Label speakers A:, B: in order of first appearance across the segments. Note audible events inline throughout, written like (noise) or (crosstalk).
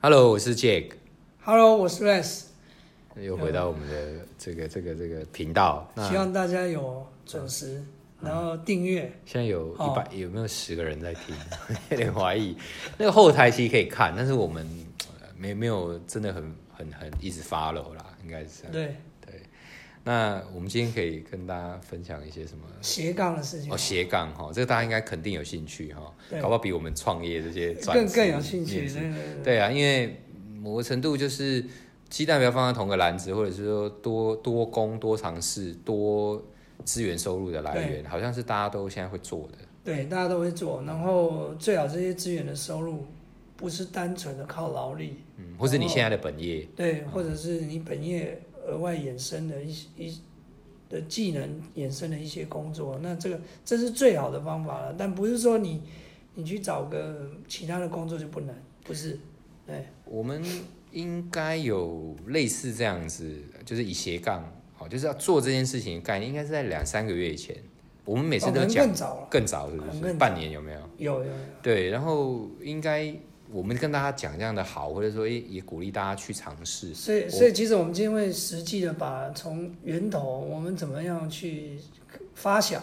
A: Hello，我是 Jack，
B: Hello，我是 Rex，
A: 又回到我们的这个这个这个频道。那嗯
B: 希望大家有准时，然后订阅。
A: 现在有一
B: 哦
A: 百、有没有十个人在听？ (laughs) 有点怀疑。那个后台其实可以看，但是我们呃没没有真的很很很一直 follow 啦，应该是这样。
B: 对，
A: 对。那我们今天可以跟大家分享一些什么？
B: 斜杠的事情
A: 哦，，斜杠哈，这个大家应该肯定有兴趣哈，
B: 对
A: 搞不好比我们创业这些转
B: 更
A: 职
B: 更有兴趣。
A: 面
B: 对
A: 试
B: 对对
A: 对啊，因为某个程度就是鸡蛋不要放在同个篮子，或者是说多多工多尝试多资源收入的来源，好像是大家都现在会做的。
B: 对，大家都会做。然后最好这些资源的收入不是单纯的靠劳力，
A: 嗯，或是
B: 哦
A: 你现在的本业，
B: 对，或者是你本业额外衍生的一些一的技能衍生的一些工作，那这个这是最好的方法了。但不是说你你去找个其他的工作就不能，不是，对
A: 我们应该有类似这样子，就是以斜杠，好，就是要做这件事情的概念，应该是在两三个月以前，我们每次
B: 哦可
A: 都
B: 能
A: 讲、
B: 更早了，
A: 更早，是不
B: 可能
A: 是？
B: 更早
A: 半年有没有？
B: 有有有，
A: 对，然后应该我们跟大家讲这样的好，或者说也也鼓励大家去尝试。
B: 所以，
A: 我
B: 所以其实我们今天会实际的把从源头我们怎么样去发想，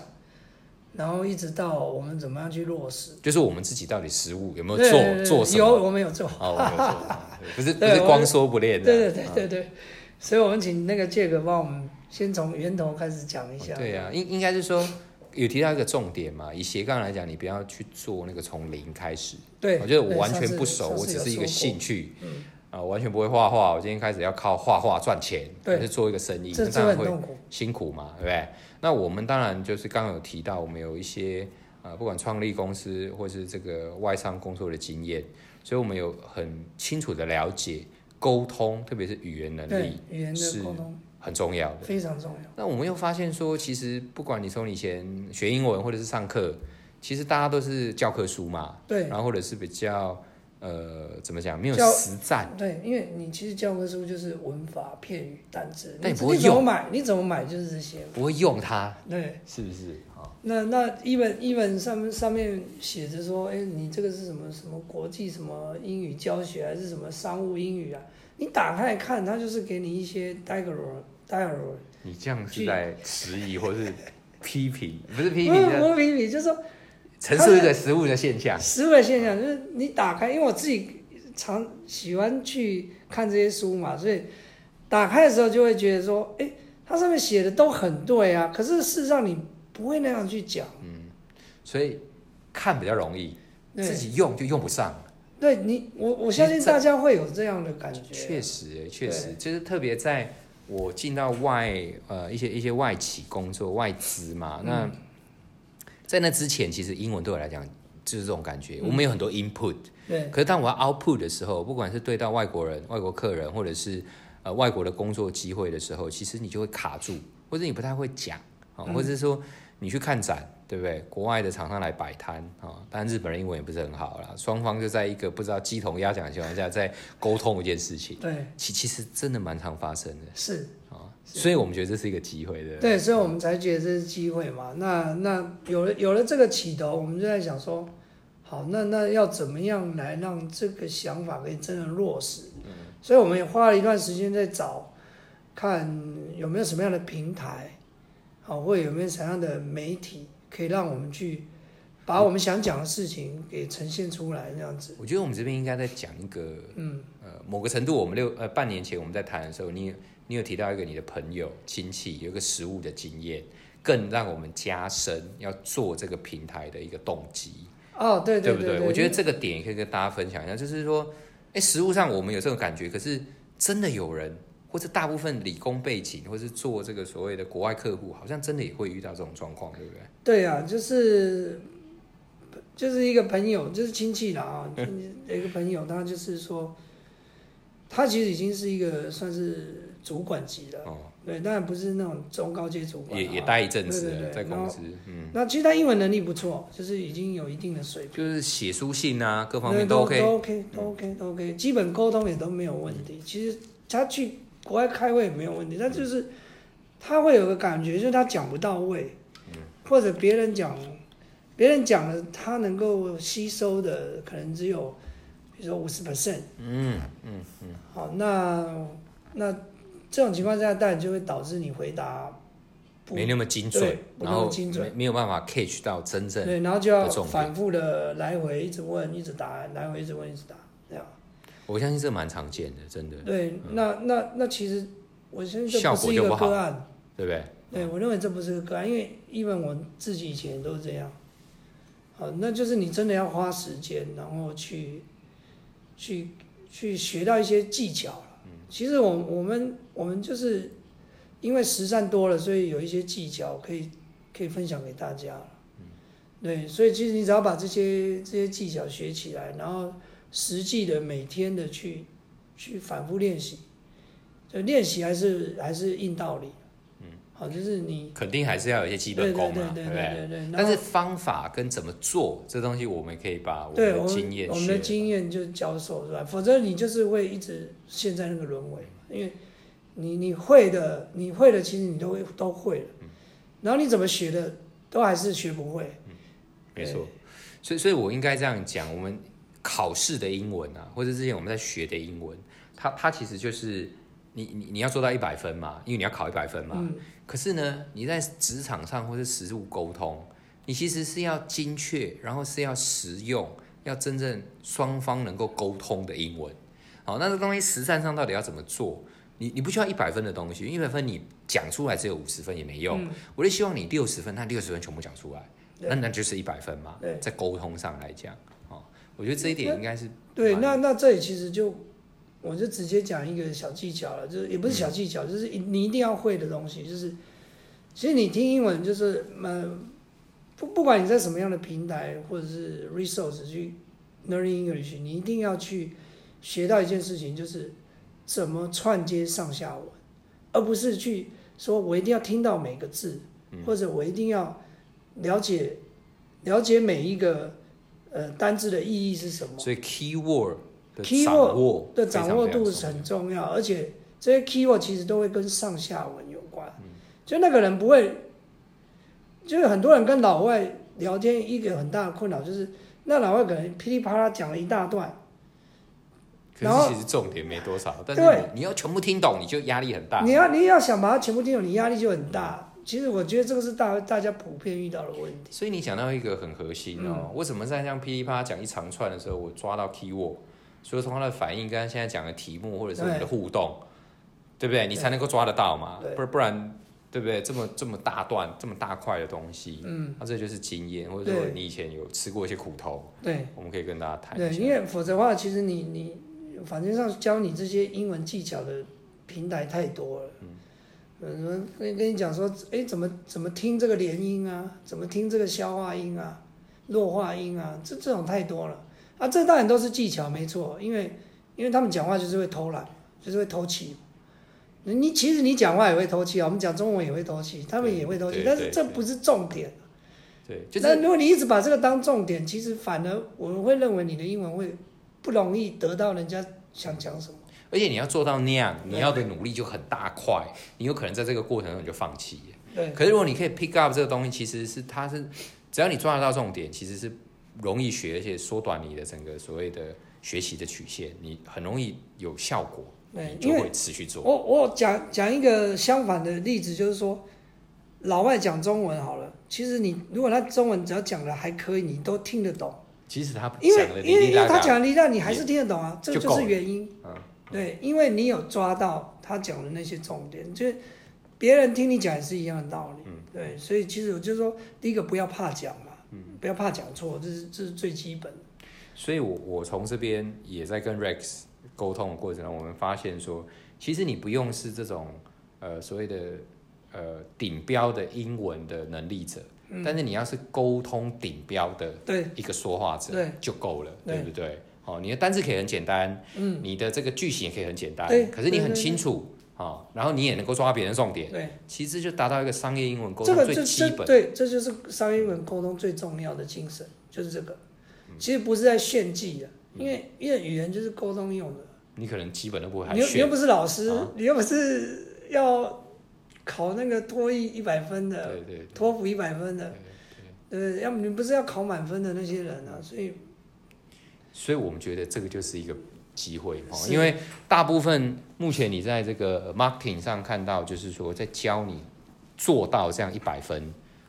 B: 然后一直到我们怎么样去落实，
A: 就是我们自己到底实物有没有
B: 对
A: 做
B: 对对
A: 做什
B: 有
A: 么？
B: 我们有做，
A: 哦，我没有做， (laughs) 啊对不是不
B: 对
A: 是
B: 我
A: 光说不练啊哦
B: 对
A: 的。
B: 对对对对，所以我们请那个杰哥帮我们先从源头开始讲一下，
A: 对啊，应应该是说有提到一个重点嘛，以斜杠来讲，你不要去做那个从零开始。
B: 对，
A: 我觉得我
B: 对
A: 完全
B: 上次
A: 不熟，
B: 上次
A: 我只
B: 有
A: 是一个
B: 说嗯
A: 兴趣，啊，我完全不会画画，我今天开始要靠画画赚钱，
B: 对
A: 还是做一个生
B: 过
A: 意，
B: 这
A: 那
B: 这
A: 当
B: 会
A: 然
B: 很
A: 会
B: 痛苦，
A: 辛苦嘛，对不对？那我们当然就是刚刚有提到，我们有一些呃，不管创立公司或是这个外商工作的经验，所以我们有很清楚的了解沟通，特别是语言能
B: 对
A: 力
B: 语言
A: 是
B: 的沟通
A: 很重要的。
B: 非常重要，
A: 那我们又发现说，其实不管你从以前学英文或者是上课，其实大家都是教科书嘛，
B: 对
A: 然后或者是比较呃怎么讲，没有
B: 教
A: 实战，
B: 对，因为你其实教科书就是文法、片语、单词，
A: 但
B: 你
A: 你不会
B: 你怎么
A: 用啊
B: 买？你怎么买就是这些，
A: 不会用它，
B: 对。
A: 是不是？哦
B: 那那 even even 上面上面写着说，哎，你这个是什么什么国际什么英语教学啊还是什么商务英语啊？你打开来看，它就是给你一些 diagram diagram，
A: 你这样是
B: 去
A: 在质疑或是批评，不是
B: 不
A: 批评，
B: 是
A: 是
B: 不是批评，就是说
A: 陈述一个实物的现象。
B: 思维现象，就是你打开，因为我自己常喜欢去看这些书嘛，所以打开的时候就会觉得说，哎，它上面写的都很对啊，可是事实上你不会那样去讲，
A: 所以看比较容易，
B: 对
A: 自己用就用不上。
B: 对你，我我相信大家会有这样的感觉，
A: 确实欸，确实，就是特别在我进到外呃一些一些外企工作外资嘛，那在那之前，其实英文对我来讲就是这种感觉，我们有很多 input，
B: 对。
A: 可是当我要 output 的时候，不管是对到外国人、外国客人，或者是呃外国的工作机会的时候，其实你就会卡住，或者你不太会讲啊、哦或者是说你去看展，对不对？国外的厂商来摆摊啊，哦当然日本人英文也不是很好啦，双方就在一个不知道鸡同鸭讲的情况下在沟通一件事情，
B: 对，
A: 其其实真的蛮常发生的
B: 是，
A: 啊、哦所以我们觉得这是一个机会的，
B: 对，所以我们才觉得这是机会嘛。那那有了有了这个起头，我们就在想说，好，那那要怎么样来让这个想法可以真的落实？
A: 嗯
B: 所以我们也花了一段时间在找，看有没有什么样的平台，好，或者有没有什么样的媒体可以让我们去把我们想讲的事情给呈现出来，这样子。
A: 我觉得我们这边应该在讲一个，嗯，呃，某个程度，我们六呃半年前我们在谈的时候，你你有提到一个你的朋友亲戚有一个实物的经验，更让我们加深要做这个平台的一个动机，
B: 哦，对
A: 不
B: 对
A: 我觉得这个点也可以跟大家分享一下，就是说，哎，实物上我们有这种感觉，可是真的有人。或者大部分理工背景，或是做这个所谓的国外客户，好像真的也会遇到这种状况，对不对？
B: 对啊，就是就是一个朋友，就是亲戚啦啊，
A: (laughs)
B: 一个朋友，他就是说，他其实已经是一个算是主管级的，
A: 哦，
B: 对，当然不是那种中高阶主管啊，
A: 也也待一阵子
B: 对对
A: 了，
B: 对
A: 在
B: 然
A: 公
B: 后
A: 司，嗯。
B: 那其实他英文能力不错，就是已经有一定的水平，
A: 就是写书信啊，各方
B: 对
A: 面都
B: 都
A: OK。嗯
B: 都 OK，都 OK，都 OK，基本沟通也都没有问题。其实他去国外开会也没有问题，但就是他会有个感觉，就是他讲不到位，
A: 嗯
B: 或者别人讲，别人讲的他能够吸收的可能只有比如说五十 percent，
A: 嗯嗯嗯，
B: 好，那那这种情况下，当然就会导致你回答不
A: 没那么精
B: 对
A: 准，
B: 不那
A: 然
B: 么
A: 后
B: 精
A: 没
B: 准
A: 没有办法 catch 到真正
B: 对，然后就要
A: 的嗯重点
B: 反复的来回一直问，一直答，来回一直问，一直答，啊这样。
A: 我相信这蛮常见的，真的，
B: 对，那那那其实我相信这
A: 效
B: 不
A: 果
B: 是一
A: 就
B: 个
A: 不好
B: 个案，
A: 对不对？
B: 对我认为这不是个个案，因为因为我自己以前都这样。好，那就是你真的要花时间，然后去去去学到一些技巧了。其实我我们我们就是因为实战多了，所以有一些技巧可以可以分享给大家了。对，所以其实你只要把这些这些技巧学起来，然后实际的每天的去去反复练习，就练习还是还是硬道理。嗯，好，就是你
A: 肯定还是要有一些基本功嘛，
B: 对
A: 不
B: 对对对对。
A: 但
B: 然后
A: 是方法跟怎么做这东西，我们可以把我们
B: 对
A: 的
B: 我
A: 经验
B: 们我们
A: 学
B: 的经验就教授出来，否则你就是会一直陷在那个轮回，因为你你会的，你会的，其实你都会都会了，
A: 嗯
B: 然后你怎么学的，都还是学不会。
A: 没错，所以所以我应该这样讲，我们考试的英文啊，或者之前我们在学的英文，它它其实就是你你你要做到一百分嘛，因为你要考一百分嘛。可是呢，你在职场上或是实务沟通，你其实是要精确，然后是要实用，要真正双方能够沟通的英文。好，那这东西实战上到底要怎么做？你你不需要一百分的东西，一百分你讲出来只有五十分也没用。我就希望你六十分，那六十分全部讲出来。
B: 对
A: 那那就是一百分嘛
B: 对，
A: 在沟通上来讲，哦，我觉得这一点应该是
B: 对，
A: 蛮
B: 那那这里其实就我就直接讲一个小技巧了，就是也不是小技巧，就是一你一定要会的东西，就是其实你听英文就是呃不不管你在什么样的平台或者是 resource 去 learning English，你一定要去学到一件事情，就是怎么串接上下文，而不是去说我一定要听到每个字，或者我一定要了解了解每一个呃单字的意义是什么。
A: 所以 keyword 的
B: keyword
A: 掌握
B: 的掌握度
A: 非
B: 是
A: 常非常重
B: 很重要，而且这些 keyword 其实都会跟上下文有关。
A: 嗯
B: 就那个人不会，就是很多人跟老外聊天，一个很大的困扰就是，那老外可能噼里啪啦讲了一大段，
A: 要
B: 然后
A: 可是其实重点没多少，但
B: 对
A: 是你你要全部听懂，你就压力很大
B: 你。要你要想把它全部听懂，你压力就很大。其实我觉得这个是大大家普遍遇到的问题。
A: 所以你讲到一个很核心哦，
B: 嗯
A: 为什么在这样噼里啪啦讲一长串的时候，我抓到 keyword，所以从他的反应跟现在讲的题目或者是我们的互动，对不对？你才能够抓得到嘛
B: 对，
A: 不然不然。对不对？这么这么大段、这么大块的东西，嗯，那、这就是经验，或者说
B: 对
A: 你以前有吃过一些苦头，
B: 对，
A: 我们可以跟大家谈
B: 对，
A: 一下。
B: 因为否则的话，其实你你反正上教你这些英文技巧的平台太多了。嗯，跟跟你讲说，哎，怎么怎么听这个连音啊，怎么听这个消化音啊、弱化音啊，这这种太多了啊。这当然都是技巧，没错，因为因为他们讲话就是会偷懒，就是会偷气。你其实你讲话也会偷气啊，我们讲中文也会偷气，他们也会偷
A: 对，
B: 气但是
A: 对
B: 这
A: 对
B: 不是重点。
A: 对，就是
B: 那如果你一直把这个当重点，其实反而我会认为你的英文会不容易得到人家想讲什么。
A: 而且你要做到那样，
B: 对
A: 你要的努力就很大块，你有可能在这个过程中你就放弃了。
B: 对
A: 可是如果你可以 pick up 这个东西，其实是它是只要你抓得到重点，其实是容易学，而且缩短你的整个所谓的学习的曲线，你很容易有效果，
B: 对
A: 你，就
B: 因为
A: 会持续做。
B: 我我讲讲一个相反的例子，就是说老外讲中文好了，其实你如果他中文只要讲的还可以，你都听得懂，
A: 其实他
B: 因为
A: 讲的
B: 因为
A: 哩哩
B: 因为
A: 啦
B: 他
A: 啦，
B: 讲的离大，你还是听得懂啊，这
A: 就
B: 就
A: 够
B: 是
A: 了
B: 原因。
A: 嗯，
B: 对，因为你有抓到他讲的那些重点，就是别人听你讲也是一样的道理。
A: 嗯
B: 对，所以其实我就说，第一个不要怕讲嘛，不要怕讲错，这是这是最基本的。
A: 所以我我从这边也在跟 Rex 沟通的过程中，我们发现说，其实你不用是这种呃所谓的呃顶标的英文的能力者，
B: 嗯
A: 但是你要是沟通顶标的
B: 对
A: 一个说话者
B: 对
A: 就够了，
B: 对
A: 对不对？哦，你的单字可以很简单，嗯，你的这个句型也可以很简单
B: 对，
A: 可是你
B: 对
A: 很
B: 对
A: 清楚。哦，然后你也能够抓别人重点，
B: 对，
A: 其实就达到一个商业英文沟
B: 这
A: 通
B: 个
A: 最
B: 这
A: 基
B: 这
A: 本。
B: 对，这就是商业文沟通最重要的精神，就是这个。
A: 嗯
B: 其实不是在炫技的，因为因为语言就是沟通用的。
A: 你可能基本都嗯不会还
B: 你又你又
A: 炫，
B: 不是老师，
A: 啊
B: 你又不是要考那个多一一百分的，
A: 对对
B: 托福一百分的，对，要么你不是要考满分的那些人啊，所以
A: 所以我们觉得这个就是一个机会哦，
B: 是
A: 因为大部分目前你在这个呃 marketing 上看到，就是说在教你做到这样一百分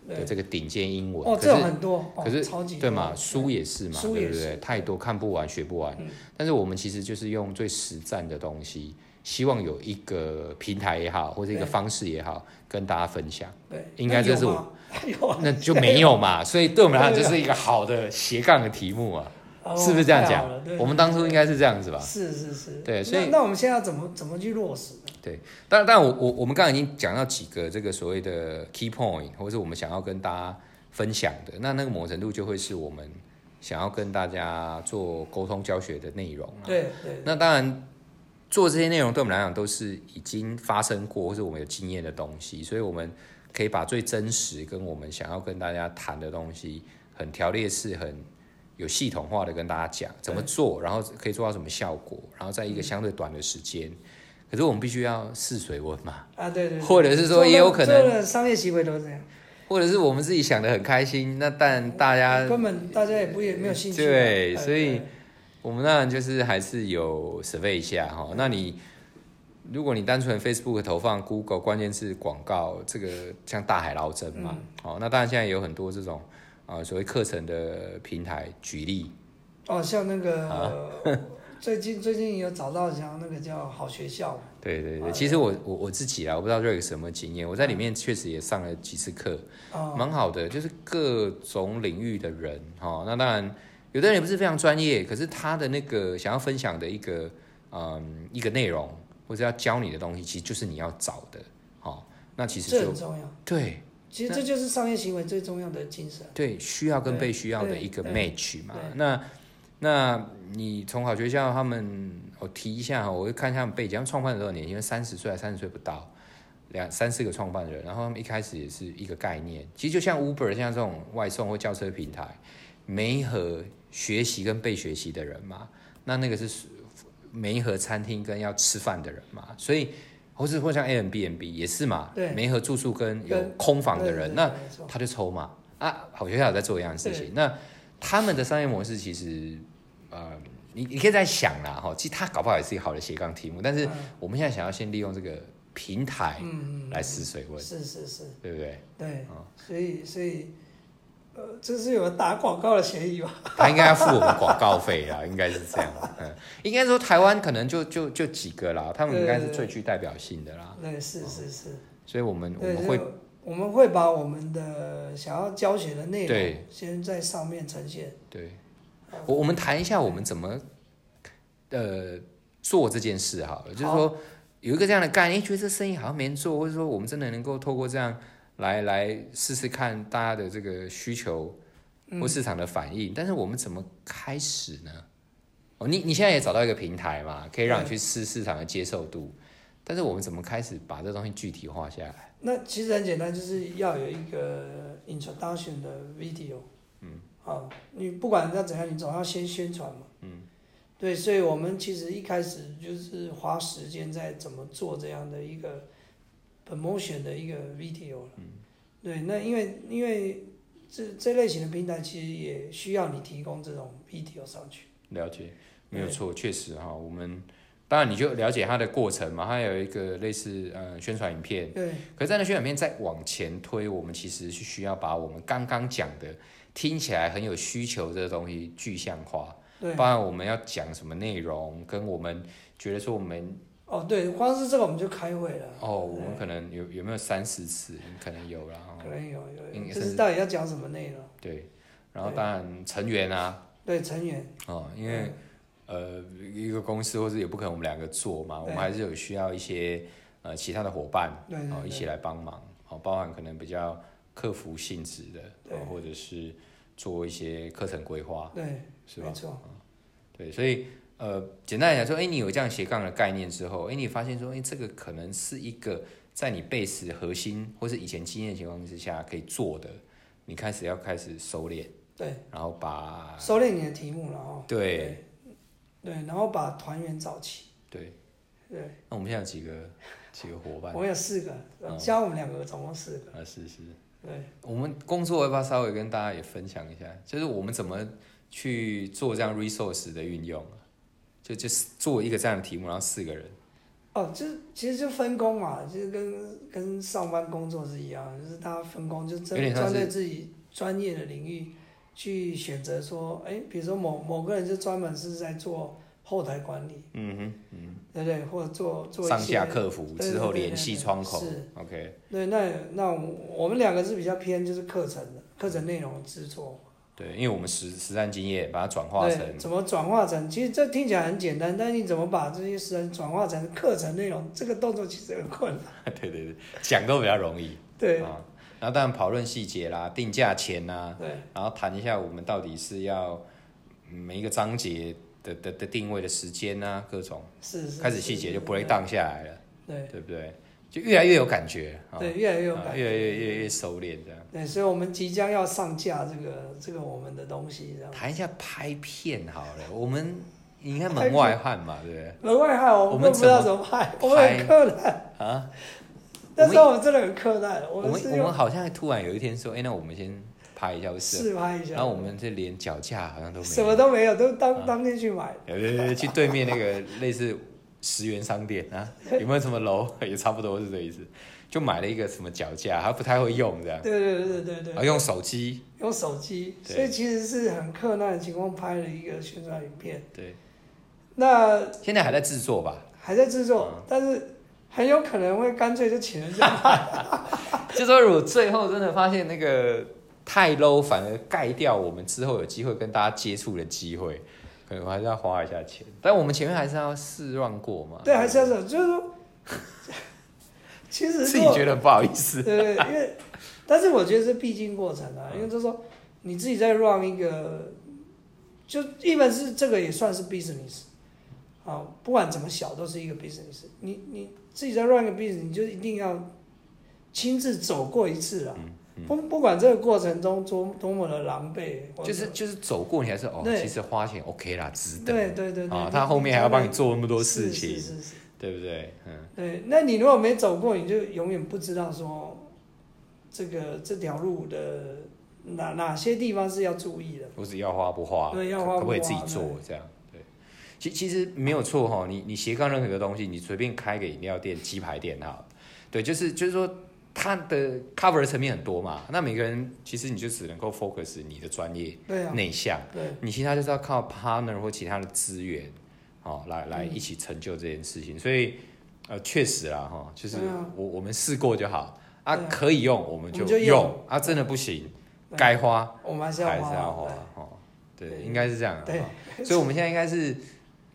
A: 的
B: 对，
A: 这个顶尖英文，
B: 哦，
A: 可
B: 这种
A: 是
B: 很多，哦
A: 可是
B: 超级
A: 对
B: 多
A: 嘛，书也是嘛，
B: 书
A: 对
B: 也
A: 不
B: 是嗯
A: 对？太多看不完、学不完。但是我们其实就是用最实战的东西，希望有一个平台也好，或者一个
B: 对
A: 方式也好，跟大家分享。
B: 对，
A: 应该这是
B: 我， (laughs) 有啊
A: 那就没有
B: (laughs)
A: 嘛，所以对我们来讲就是一个好的斜杠的题目啊。
B: 哦
A: 是不是这样
B: 太
A: 讲
B: 好了对
A: 我们当初应该是这样子吧？
B: 是是是，
A: 对所以
B: 那那我们现在要怎么怎么去落实呢？
A: 但但我我我们刚刚已经讲到几个这个所谓的 key point，或者我们想要跟大家分享的，那那个某种程度就会是我们想要跟大家做沟通教学的内容啊。
B: 对对
A: 那当然，做这些内容对我们来讲都是已经发生过或者我们有经验的东西，所以我们可以把最真实跟我们想要跟大家谈的东西，很条列式、很有系统化的跟大家讲怎么做，然后可以做到什么效果，然后在一个相对短的时间。可是我们必须要试水温嘛，
B: 啊，对对，对
A: 或者是说
B: 做
A: 也有
B: 的
A: 可
B: 做
A: 能，
B: 的商业行为都是这样，
A: 或者是我们自己想的很开心，那但大家
B: 根本大家也不也没有兴趣啊，
A: 啊对
B: 哎
A: 所以
B: 对
A: 我们当然就是还是有 survey 一下哈。那你如果你单纯 Facebook 投放 Google 关键字广告，这个像大海捞针嘛，哦，那当然现在有很多这种啊、呃所谓课程的平台，举例
B: 哦，像那个、
A: 啊
B: (laughs) 最近最近有找到像那个叫好学校嘛，
A: 对对
B: 哦
A: 对，其实我我我自己啊，我不知道 Rick 什么经验，我在里面确实也上了几次课，
B: 哦
A: 蛮好的，就是各种领域的人哈、哦。那当然，有的人也不是非常专业，可是他的那个想要分享的一个嗯一个内容，或者要教你的东西，其实就是你要找的哦。那其实
B: 这
A: 就
B: 很重要。
A: 对
B: 其实这就是商业行为最重要的精神。
A: 对，需要跟
B: 对
A: 被需要的
B: 对
A: 一个
B: 对
A: match 嘛
B: 对。
A: 那那你从好学校他们，我提一下哈，我会看一下他们背景，他们创办的都很年轻，三十岁还三十岁不到，两三四个创办人，然后他们一开始也是一个概念，其实就像 Uber 像这种外送或轿车平台，媒合学习跟被学习的人嘛，那那个是媒合餐厅跟要吃饭的人嘛，所以或是或像 a m b n b 也是嘛，
B: 对
A: 媒合住宿跟有
B: 跟
A: 空房的
B: 对
A: 人，
B: 对
A: 那
B: 对没错
A: 他就抽嘛。啊，好学校有在做一样的事情。那他们的商业模式其实，呃，你你可以在想啦，哈，其实他搞不好也是一个好的斜杠题目，但是
B: 嗯
A: 我们现在想要先利用这个平台
B: 嗯
A: 来试水温，
B: 是是是，
A: 对不对？
B: 对
A: 啊，
B: 所以所以，呃，这是有打广告的嫌疑吧？
A: 他应该要付我们广告费啦， (laughs) 应该是这样。嗯，应该说台湾可能就就就几个啦，他们应该是最具代表性的啦，
B: 对，是是是，
A: 所以啊我们我
B: 对，
A: 们会
B: 就我们会把我们的想要教学的内容
A: 对
B: 先在上面呈现。
A: 对，我我们谈一下我们怎么呃做这件事好了，就是说有一个这样的概念，诶觉得这生意好像没人做，或者说我们真的能够透过这样来来试试看大家的这个需求或市场的反应，但是我们怎么开始呢？哦，你你现在也找到一个平台嘛，可以让你去试市场的接受度，但是我们怎么开始把这东西具体化下来？
B: 那其实很简单，就是要有一个 introduction 的 video。嗯。啊，你不管要怎样，你总要先宣传嘛。嗯。对，所以我们其实一开始就是花时间在怎么做这样的一个 promotion 的一个 video 了。嗯。对，那因为因为这这类型的平台其实也需要你提供这种 video 上去。
A: 了解，没有错，确实哈、我们当然你就了解它的过程嘛，它有一个类似呃宣传影片，
B: 对，
A: 可是在那宣传片再往前推，我们其实是需要把我们刚刚讲的听起来很有需求的东西具象化，
B: 对。
A: 包含我们要讲什么内容，跟我们觉得说我们
B: 哦，对，光是这个我们就开会了。
A: 哦，我们可能有有没有三十次，可能有啦，
B: 可
A: 哦
B: 能有有
A: 应
B: 有，
A: 该
B: 就是是到底要讲什么内容？
A: 对，然后当然成员啊，
B: 对，成员。
A: 哦，因为。呃，一个公司或者也不可能我们两个做嘛，我们
B: 对
A: 还是有需要一些呃其他的伙伴，
B: 对
A: 哦
B: 嗯对
A: 一
B: 对
A: 起来帮忙，哦包含可能比较客服性质的，
B: 对
A: 哦或者是做一些课程规划，
B: 对，
A: 哦是吧
B: 没？错，
A: 对，所以呃，简单来讲说，哎、你有这样斜杠的概念之后，哎、你发现说，哎、这个可能是一个在你 base 核心或是以前经验的情况之下可以做的，你开始要开始收敛，
B: 对，
A: 然后把
B: 收敛你的题目了哦。
A: 啊对
B: 对，然后把团员找齐。
A: 对，
B: 对，
A: 那我们现在有几个几个伙伴嗯
B: 我有四个，加我们两个总共四个。
A: 啊，是是。
B: 对，
A: 我们工作要不要稍微跟大家也分享一下？就是我们怎么去做这样 resource 的运用啊？就就是做一个这样的题目，然后四个人，
B: 哦，这其实就分工嘛，就是跟跟上班工作是一样的，就是大家分工，就
A: 有
B: 针
A: 点像
B: 针
A: 是
B: 对自己专业的领域去选择说，哎，比如说某某个人就专门是在做后台管理，
A: 嗯
B: 对不对？或者做做
A: 哼，
B: 一
A: 上
B: 些
A: 下客服
B: 对对
A: 之后
B: 对对
A: 联系
B: 对
A: 窗口
B: 是
A: ，OK，
B: 对，那那我们两个是比较偏就是课程的，课程内容制作，
A: 对，因为我们实实战经验把它转化成
B: 对，怎么转化成？其实这听起来很简单，但你怎么把这些时间转化成课程内容，这个动作其实很困难。
A: (laughs) 对对对，讲都比较容易。
B: 对
A: 啊，然后当然讨论细节啦，定价钱呐、
B: 对，
A: 然后谈一下我们到底是要嗯每一个章节的的的定位的时间呐、各种
B: 是是
A: 开始细节就不会。荡下来了，
B: 是对
A: 对不对？就越来越有感觉啊，
B: 对，越来越有
A: 啊
B: 感
A: 越来
B: 觉。
A: 越越来越收敛这样。
B: 对，所以我们即将要上架这个这个我们的东西，这样。
A: 谈一下拍片好了，我们应该
B: 拍
A: 门
B: 片
A: 外汉嘛，对不对？
B: 门外汉，我
A: 我
B: 们
A: 们
B: 都不知道怎么拍，
A: 怎
B: 我
A: 么
B: 们很困难。
A: 啊，
B: 那时候我们真的很困难，
A: 我
B: 们
A: 们
B: 是
A: 我们
B: 用
A: 好像突然有一天说，哎，那我们先拍一下不是？
B: 试拍一下，
A: 然后我们这连脚架好像都没有，
B: 什么都没有，都
A: 啊
B: 当当天去买。
A: 有有有有去对面那个类似十元商店
B: (laughs)
A: 啊，有没有什么楼 (laughs) 也差不多是这意思，就买了一个什么脚架，他不太会用这样，
B: 对对对对对
A: 啊用手机，
B: 用手机，
A: 对
B: 所以其实是很困难的情况拍了一个宣传影片，
A: 对，
B: 那
A: 现在还在制作吧，
B: 还在制作，
A: 嗯
B: 但是很有可能会干脆就请人
A: (laughs)
B: 家。
A: 就说如果最后真的发现那个太 low，反而盖掉我们之后有机会跟大家接触的机会，可能我还是要花一下钱，但我们前面还是要试让过嘛，
B: 对，还是要走，就是说，
A: (laughs)
B: 其实
A: 自己
B: 如果
A: 觉得很不好意思，
B: 对，因为，但是我觉得是必经过程啊，因为就是说你自己在 run 一个，就一般是这个也算是 business 啊，不管怎么小都是一个 business。你你自己在 run 一个 business，你就一定要亲自走过一次啊。
A: 嗯
B: 不不管这个过程中多多么的狼狈，或者
A: 就是就是走过你还是哦，
B: 对
A: 其实花钱 OK 啦，值得
B: 对对对对
A: 啊，他后面还要帮你做那么
B: 那
A: 多事情
B: 是。是是是
A: 对不对？嗯，
B: 对，那你如果没走过，你就永远不知道说这个这条路的哪哪些地方是要注意的。
A: 我只要花不花，
B: 对要
A: 可
B: 花不
A: 可不可以自己
B: 花
A: 做这样？对，其其实没有错哈、你你斜杠任何一个东西，你随便开个饮料店、鸡排店哈，对，就是就是说它的 cover 的层面很多嘛。那每个人其实你就只能够 focus 你的专业
B: 对啊，
A: 内向，
B: 对
A: 你其他就是要靠 partner 或其他的资源哦，来来一起成就这件事情。所以呃，确实啦哈、就是
B: 嗯对啊
A: 我我们试过就好啊，
B: 对啊
A: 可以用我们
B: 我们就用
A: 用啊，真的不行
B: 对
A: 该花。
B: 我们还
A: 还
B: 是
A: 是
B: 要
A: 要
B: 花，
A: 花哦，对，应该是这
B: (laughs)
A: 样啊。
B: 对
A: 哦所以我们现在应该是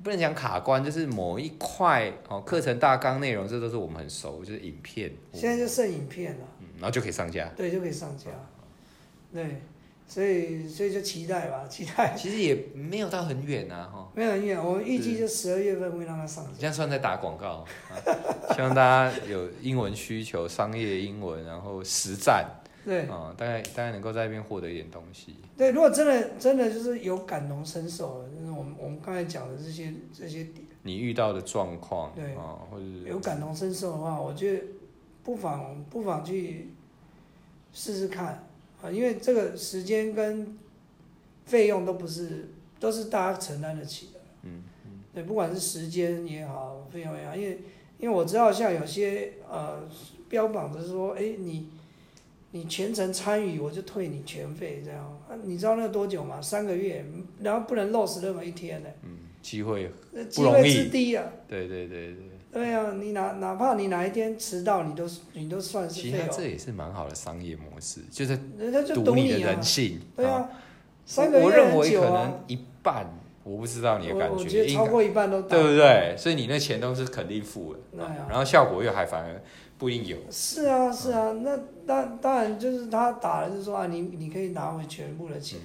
A: 不能讲卡关，就是某一块哦，课程大纲内容，这都是我们很熟，就是影片。
B: 现在就
A: 我
B: 剩影片了，
A: 嗯然后就可以上架。
B: 对，就可以上架。对，所以所以就期待吧， (laughs) 期待。
A: 其实也没有到很远啊，
B: (laughs)
A: 哈，
B: 没有很远，我们预计就十二月份会让它上
A: 这
B: 架。
A: 样算在打广告。啊希望大家有英文需求，商业英文，然后实战
B: 对
A: 啊，大概大概能够在那边获得一点东西。
B: 对，如果真的真的就是有感同身受了，就是我们我们刚才讲的这些这些点。
A: 你遇到的状况
B: 对
A: 啊，或者是
B: 有感同身受的话，我觉得不妨不妨去试试看啊，因为这个时间跟费用都不是都是大家承担得起的。嗯，对，不管是时间也好，费用也好，因为因为我知道像有些呃标榜着说，哎，你你全程参与，我就退你全费这样啊，你知道那多久吗？三个月，然后不能 lose 任何一天呢、
A: 嗯机会，
B: 那
A: 不
B: 机
A: 容
B: 会
A: 易
B: 之低啊。
A: 对对对对。
B: 对啊，你哪哪怕你哪一天迟到，你都是你都算是
A: 其实
B: 费
A: 它
B: 用，
A: 这也是蛮好的商业模式，就是
B: 人家就
A: 赌你的
B: 你啊
A: 人，性。
B: 对
A: 啊，
B: 啊，三个
A: 我
B: 月
A: 认
B: 很
A: 为
B: 久
A: 可
B: 啊，
A: 能一半，我不知道你的感
B: 我我觉
A: 觉，
B: 得
A: 应
B: 超
A: 该
B: 过一半都到，
A: 对不对？所以你那钱都是肯定付的，
B: 对啊
A: 然后效果又还反而不一定有。
B: 是啊是啊，
A: 嗯
B: 那当当然就是他打了就说啊，你你可以拿回全部的钱，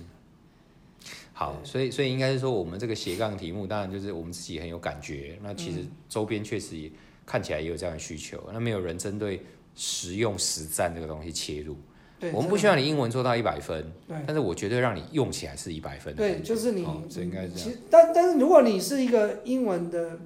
A: 好，所以所以应该是说，我们这个斜杠题目，当然就是我们自己很有感觉。那其实周边确实也看起来也有这样的需求，那没有人针对实用实战这个东西切入。
B: 对，
A: 嗯我们不需
B: 要，
A: 要你英文做到一百分，
B: 对
A: 但是我绝对让你用起来是一百分的
B: 对，
A: 感觉。
B: 就是你
A: 哦，这应该是这样
B: 其实但但是如果你是一个英文的，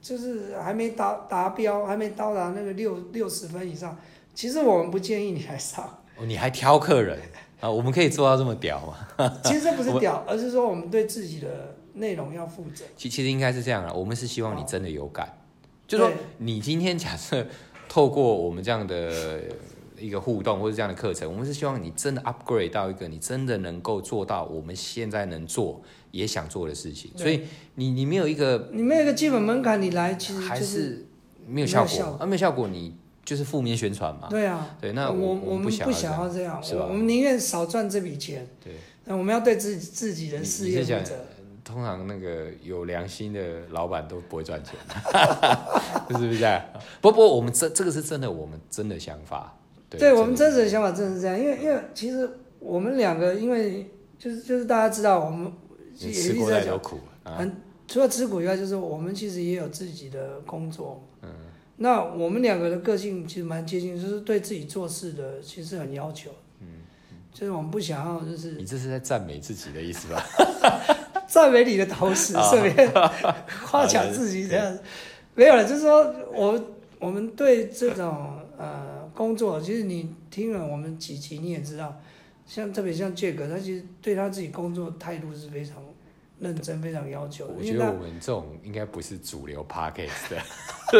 B: 就是还没达达标，还没到达那个六六十分以上，其实我们不建议你来上。
A: 哦，你还挑客人，啊，我们可以做到这么屌吗？
B: (laughs) 其实这不是屌，而是说我们对自己的内容要负责。
A: 其其实应该是这样啦，我们是希望你
B: 好
A: 真的有感，
B: 哦
A: 就说
B: 对
A: 你今天假设透过我们这样的一个互动或者这样的课程，我们是希望你真的 upgrade 到一个你真的能够做到我们现在能做也想做的事情，
B: 对
A: 所以你你没有一个
B: 你没有一个基本门槛，你来其实
A: 还
B: 就是
A: 是没有效
B: 没有效
A: 果，啊，没有效果你就是负面宣传嘛，
B: 对啊。
A: 对，那
B: 我
A: 我
B: 们
A: 不想
B: 不
A: 要这
B: 想
A: 样
B: 要这样，
A: 是吧
B: 我我们宁愿少赚这笔钱，
A: 对。
B: 那我们要对自己自己的
A: 你
B: 事
A: 你
B: 业
A: 是
B: 负
A: 讲
B: 责。
A: 通常那个有良心的老板都不会赚钱， (laughs) 是不是这样？ (laughs) 不不，我们这这个是真的，我们真的想法。对，
B: 对我们真
A: 的
B: 实的想法真的是这样，因为因为其实我们两个，因为就是就是大家知道我们也
A: 你
B: 一
A: 吃
B: 直
A: 过
B: 在
A: 太多，
B: 讲
A: 苦了啊，
B: 很除了吃苦以外，就是我们其实也有自己的工作。嗯，那我们两个的个性其实蛮接近，就是对自己做事的其实很要求。嗯，就是我们不想要就是 (laughs)
A: 你这是在赞美自己的意思吧？
B: 赞美你的同时，
A: 啊
B: 顺便夸奖自己这样。没有了，就是说我我们对这种呃工作，其实你听了我们几集，你也知道，像特别像杰哥，他其实对他自己工作态度是非常认真、非常要求的。
A: 我觉
B: 因为
A: 得
B: 他
A: 我们这种应该不是主流 p a c k a g e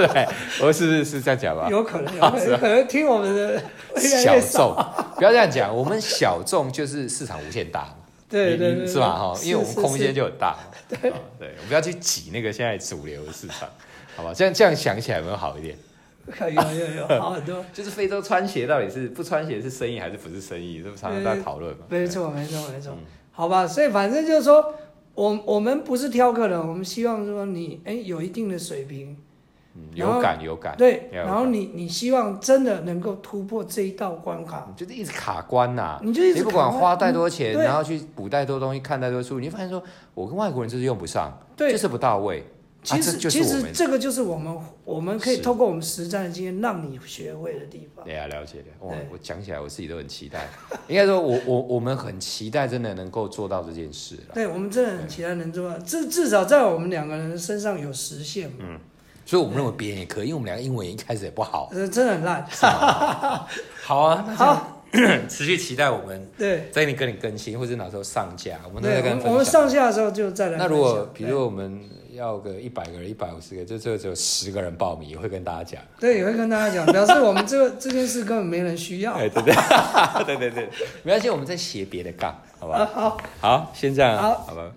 A: 的， (laughs) 对，我是 (laughs) 是是这样讲吧？
B: 有可能，有可能可能听我们的 (laughs) 越来
A: (laughs) 小
B: 越少。
A: 众，不要这样讲，我们小众就是市场无限大嘛。
B: 对
A: 你
B: 对
A: 你
B: 对，
A: 是吧？哈，因为我们
B: 是
A: 空
B: 是
A: 间就很大嘛。 (laughs) 对对，我们不要去挤那个现在主流的市场，好吧？这样这样想起来有没有好一点？
B: 是 (laughs) 有有有好很多，
A: (laughs) 就是非洲穿鞋到底是不穿鞋是生意还是不是生意？这不常常在讨论嘛？
B: 没错没错没
A: 嗯
B: 错，好吧，所以反正就是说，我我们不是挑客人，我们希望说你哎有一定的水平，
A: 嗯，
B: 然后
A: 有感有感，
B: 对，
A: 要有
B: 然后你你希望真的能够突破这一道关卡，
A: 你就是一直卡关呐、
B: 你就一直
A: 你不管
B: 卡关
A: 花再多钱，
B: 嗯对
A: 然后去补再多东西，看再多书，你就发现说，我跟外国人就是用不上，
B: 对
A: 就是不到位。
B: 其实、
A: 啊啊、这就是
B: 其
A: 我
B: 实
A: 们
B: 这个就是我们我们可以
A: 是
B: 透过我们实战的经验让你学会的地方。
A: 哎呀，了解了，哇
B: 对！
A: 我讲起来我自己都很期待。应该说我，我我们很期待真的能够做到这件事了。
B: 对，我们真的很期待能做到，至至少在我们两个人的身上有实现嘛。
A: 所以我们认为别人也可以，因为我们两个英文一开始也不好。
B: 呃，真的很烂，
A: 好啊，那
B: 好，
A: 就 (coughs) 持续期待我们
B: 对，
A: 在你跟你更新，或者哪时候上架，我们都
B: 对，
A: 在
B: 我
A: 跟
B: 们我们
A: 分享。
B: 上下的时候就再来分
A: 那
B: 享。
A: 如果比
B: 对
A: 如我们要个一百个人、一百五十个，就最后只有十个人报名，也会跟大家讲。 (laughs)
B: 对，也会跟大家讲，表示我们这个这件事根本没人
A: (laughs)
B: 需要。
A: 哎，对对 (laughs) 对对对，没关系，我们再斜别的杠，好吧？
B: 好，
A: 好，先这样啊，
B: 好
A: 好吧？